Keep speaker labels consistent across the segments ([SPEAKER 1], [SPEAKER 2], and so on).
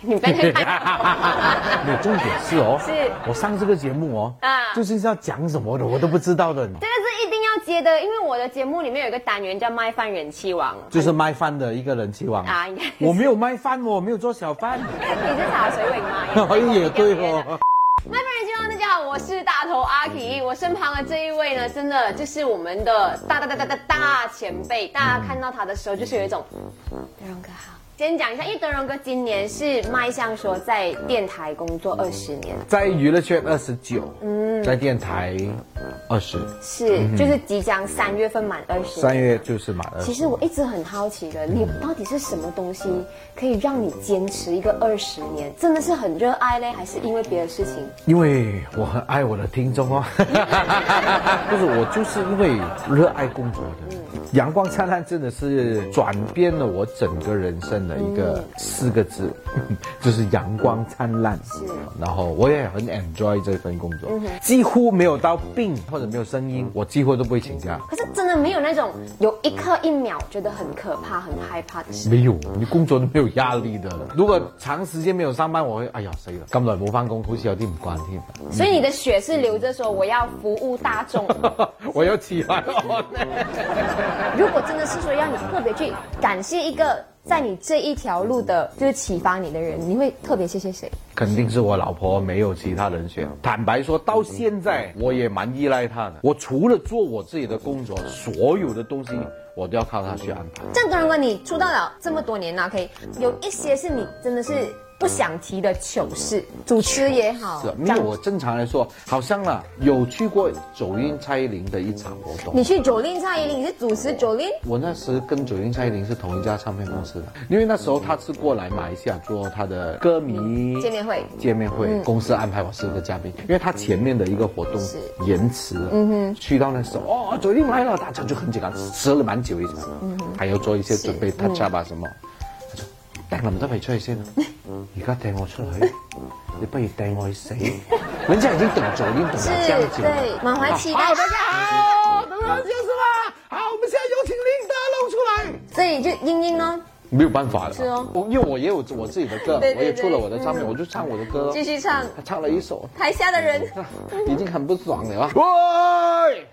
[SPEAKER 1] 你被那 个
[SPEAKER 2] 没有重点是哦，
[SPEAKER 1] 是
[SPEAKER 2] 我上这个节目哦，
[SPEAKER 1] 啊
[SPEAKER 2] 就是要讲什么的，我都不知道的，
[SPEAKER 1] 这个是一定要接的，因为我的节目里面有一个单元叫“卖饭人气王
[SPEAKER 2] 就是卖饭的一个人气王
[SPEAKER 1] 啊应该是
[SPEAKER 2] 我没有卖饭哦，我没有做小贩，”，
[SPEAKER 1] 你是茶水尾吗？
[SPEAKER 2] 也对
[SPEAKER 1] 两边的
[SPEAKER 2] 哦。
[SPEAKER 1] 麦饭人气王，大家好，我是大头阿 K，我身旁的这一位呢，真的就是我们的大大大大大大前辈，大家看到他的时候就是有一种德荣哥好。先讲一下，因为德荣哥今年是迈向说在电台工作二十年，
[SPEAKER 2] 在娱乐圈二十九，
[SPEAKER 1] 嗯
[SPEAKER 2] 在电台二十，
[SPEAKER 1] 是就是即将三月份满二十。
[SPEAKER 2] 三月就是满二
[SPEAKER 1] 其
[SPEAKER 2] 十。
[SPEAKER 1] 实我一直很好奇的，
[SPEAKER 2] 嗯
[SPEAKER 1] 你到底是什么东西可以让你坚持一个二十年？真的是很热爱嘞，还是因为别的事情？
[SPEAKER 2] 因为我很爱我的听众哦，不是我就是因为热爱工作的。阳光灿烂真的是转变了我整个人生的一个四个字， 就是阳光灿烂。是然后我也很 enjoy 这份工作，几乎没有到病或者没有声音，我几乎都不会请假。
[SPEAKER 1] 可是真的没有那种有一刻一秒觉得很可怕、很害怕的事。
[SPEAKER 2] 没有，你工作都没有压力的。如果長時間沒有上班，我會哎呀死啦！咁耐冇翻工，好似有啲唔慣添。
[SPEAKER 1] 所以你的血是流着说我要服务大 众。
[SPEAKER 2] 我要起來哦。
[SPEAKER 1] 如果真的是说让你特别去感谢一个在你这一条路的，就是启发你的人，你会特别谢谢谁？
[SPEAKER 2] 肯定是我老婆，没有其他人选。坦白说，到现在我也蛮依赖她的。我除了做我自己的工作，所有的东西我都要靠她去安排。
[SPEAKER 1] 郑东荣哥，你出道了这么多年了，可以有一些是你真的是不想提的糗事，主持也好
[SPEAKER 2] 是啊，，因
[SPEAKER 1] 这
[SPEAKER 2] 为
[SPEAKER 1] 样
[SPEAKER 2] 我正常来说，好像啦有去过走音蔡依林的一场活动。
[SPEAKER 1] 你去九令蔡依林，你是主持九令，
[SPEAKER 2] 我那时跟九零蔡依林是同一家唱片公司的，因为那时候她是过来马来西亚做她的歌迷
[SPEAKER 1] 见面会嗯
[SPEAKER 2] 见面会公司安排我是个嘉宾，因为她前面的一个活动
[SPEAKER 1] 是
[SPEAKER 2] 延迟了，嗯哼，去到那时候哦，九零来了，大家就很紧张，折了蛮久一场，嗯还要做一些准备 touch up 啊
[SPEAKER 1] 嗯
[SPEAKER 2] 什么，她就掟林德惠出去 先啊，而家掟我出去，你不如掟我去死，人家已经等九零等了
[SPEAKER 1] 是
[SPEAKER 2] 这样久了，
[SPEAKER 1] 对，满怀期待
[SPEAKER 2] 好，。大家好，等等结束啦，好，我们现在有请林德龙出来。
[SPEAKER 1] 所以就英英呢，
[SPEAKER 2] 没有办法了。
[SPEAKER 1] 是哦
[SPEAKER 2] 我因为我也有我自己的歌，
[SPEAKER 1] 对对对
[SPEAKER 2] 我也出了我的唱片，我就唱我的歌。
[SPEAKER 1] 继续唱
[SPEAKER 2] 他唱了一首，
[SPEAKER 1] 台下的 人。
[SPEAKER 2] 已经很不爽了。喂，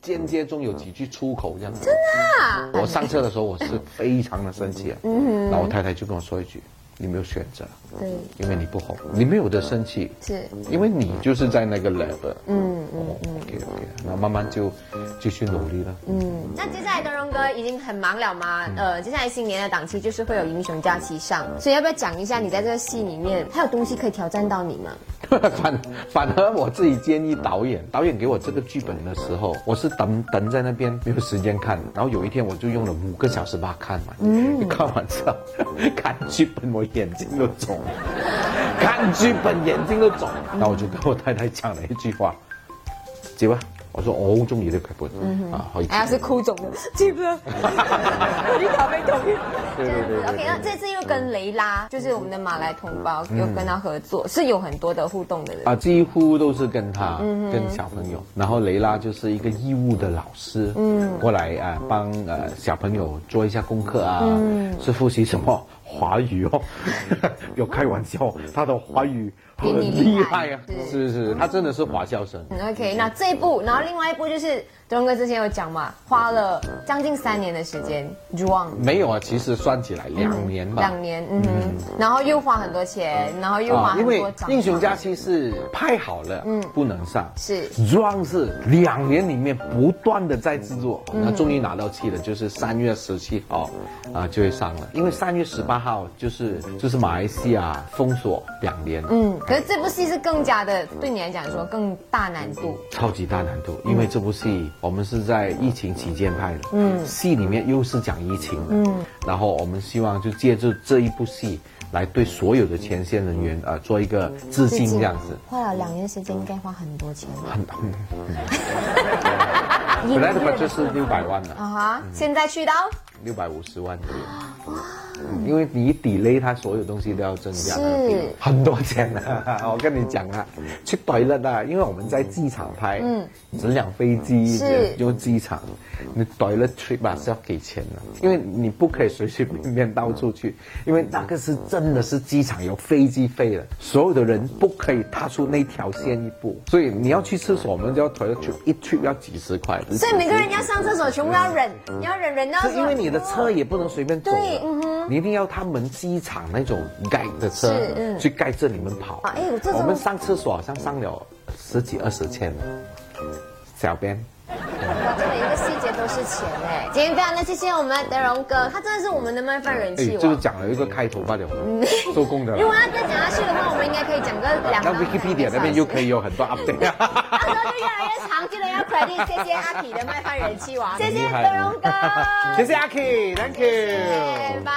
[SPEAKER 2] 间接中有几句出口这样子。真
[SPEAKER 1] 啊
[SPEAKER 2] 我上车的时候我是非常的生气，嗯，然后我太太就跟我说一句：“你没有选择，
[SPEAKER 1] 对，
[SPEAKER 2] 因为你不红，你没有的生气，
[SPEAKER 1] 是
[SPEAKER 2] 因为你就是在那个 level。”嗯嗯 OK OK，然后慢慢就继续努力了。嗯，
[SPEAKER 1] 那接下来德荣哥已经很忙了嘛，呃，接下来新年的档期就是会有英雄假期上，所以要不要讲一下你在这个戏里面还有东西可以挑战到你吗？
[SPEAKER 2] 反反而我自己建议导演，导演给我这个剧本的时候，我是等等在那边没有时间看，然后有一天我就用了五个小时把它看完。嗯，看完之后，看剧本我眼睛都肿 了，看剧本眼睛都肿了。然后我就跟我太太讲了一句话：，姐啊，我说我好中意呢個劇本、啊，可以。
[SPEAKER 1] 还要哎是哭肿的，记 不得，你倒霉同意。
[SPEAKER 2] 对对对
[SPEAKER 1] OK，那这次又跟雷拉，就是我们的马来同胞，又跟他合作，是有很多的互动的人。
[SPEAKER 2] 啊，几乎都是跟他、
[SPEAKER 1] 嗯
[SPEAKER 2] 跟小朋友，然后雷拉就是一个义务的老师，嗯，过来啊帮呃小朋友做一下功课啊，
[SPEAKER 1] 嗯
[SPEAKER 2] 是复习什么华语哦， 不要开玩笑，他的华语很
[SPEAKER 1] 比你厉
[SPEAKER 2] 厉
[SPEAKER 1] 害
[SPEAKER 2] 害啊，是是，他真的是华校生，
[SPEAKER 1] 嗯 OK，那这一部，然后另外一部就是东哥之前有讲嘛，花了将近三年的时间 d r o n
[SPEAKER 2] 没有啊，其实算起来两年吧，
[SPEAKER 1] 两年，嗯哼，然后又花很多钱，然后又花
[SPEAKER 2] 啊，
[SPEAKER 1] 很
[SPEAKER 2] 因为
[SPEAKER 1] 多奖。
[SPEAKER 2] 英雄假期是拍好了，嗯，不能上，
[SPEAKER 1] 是
[SPEAKER 2] 装是两年里面不断的在制作，那、终于拿到期了，就是三月十七号啊、就会上了，因为三月十八号就是就是马来西亚封锁两年，
[SPEAKER 1] 嗯，可是这部戏是更加的，对你来讲说更大难度。
[SPEAKER 2] 超级大难度，因为这部戏我们是在疫情期间拍的，嗯，戏里面又是讲疫情的，嗯，然后我们希望就借助这一部戏来对所有的前线人员啊、呃做一个致敬这样子。
[SPEAKER 1] 花了两年时间，应该花很多钱吧？
[SPEAKER 2] 本来的本就是六百万了。
[SPEAKER 1] 啊啊哈，现在去到
[SPEAKER 2] 六百五十万左右，嗯因为你一 delay 它所有东西都要增加那个
[SPEAKER 1] 是
[SPEAKER 2] 费用很多钱啊！ 我跟你讲啊，去 toilet 啊，因为我们在机场拍，嗯，只两飞机
[SPEAKER 1] 是
[SPEAKER 2] 就机场，你 toilet trip 啊是要给钱的，因为你不可以随随便便到处去，因为那个是真的是机场有飞机费的，所有的人不可以踏出那条线一步，所以你要去厕所，我们就要 toilet trip，一 trip 要几十块，
[SPEAKER 1] 所以每个人要上厕所，全部要忍，你要忍忍到
[SPEAKER 2] 嗯是因为你的
[SPEAKER 1] 说哦
[SPEAKER 2] 车也不能随便走的
[SPEAKER 1] 对嗯
[SPEAKER 2] 你一定要他们机场那种盖的车
[SPEAKER 1] 是嗯
[SPEAKER 2] 去盖着你们跑。
[SPEAKER 1] 啊哎我这种
[SPEAKER 2] 我们上厕所好像上了十几二十千了，小编。
[SPEAKER 1] 哇这每一个细节都是钱哎。今天非常的谢谢我们的德荣哥，他真的是我们的麦饭人
[SPEAKER 2] 哎
[SPEAKER 1] 气，
[SPEAKER 2] 这个
[SPEAKER 1] 王。
[SPEAKER 2] 讲了一个开头罢了，收工的
[SPEAKER 1] 如
[SPEAKER 2] 了。
[SPEAKER 1] 果要再讲下去的话，我们应该可以讲个两
[SPEAKER 2] 那
[SPEAKER 1] 到
[SPEAKER 2] Wikipedia 那边又可以有很多 update。
[SPEAKER 1] 到时候就越来越长，记得要 credit 谢谢阿皮的麦饭人气王，谢谢
[SPEAKER 2] 很厉害
[SPEAKER 1] 德荣哥，
[SPEAKER 2] 哎谢谢阿 K，Thank you。
[SPEAKER 1] 谢谢拜。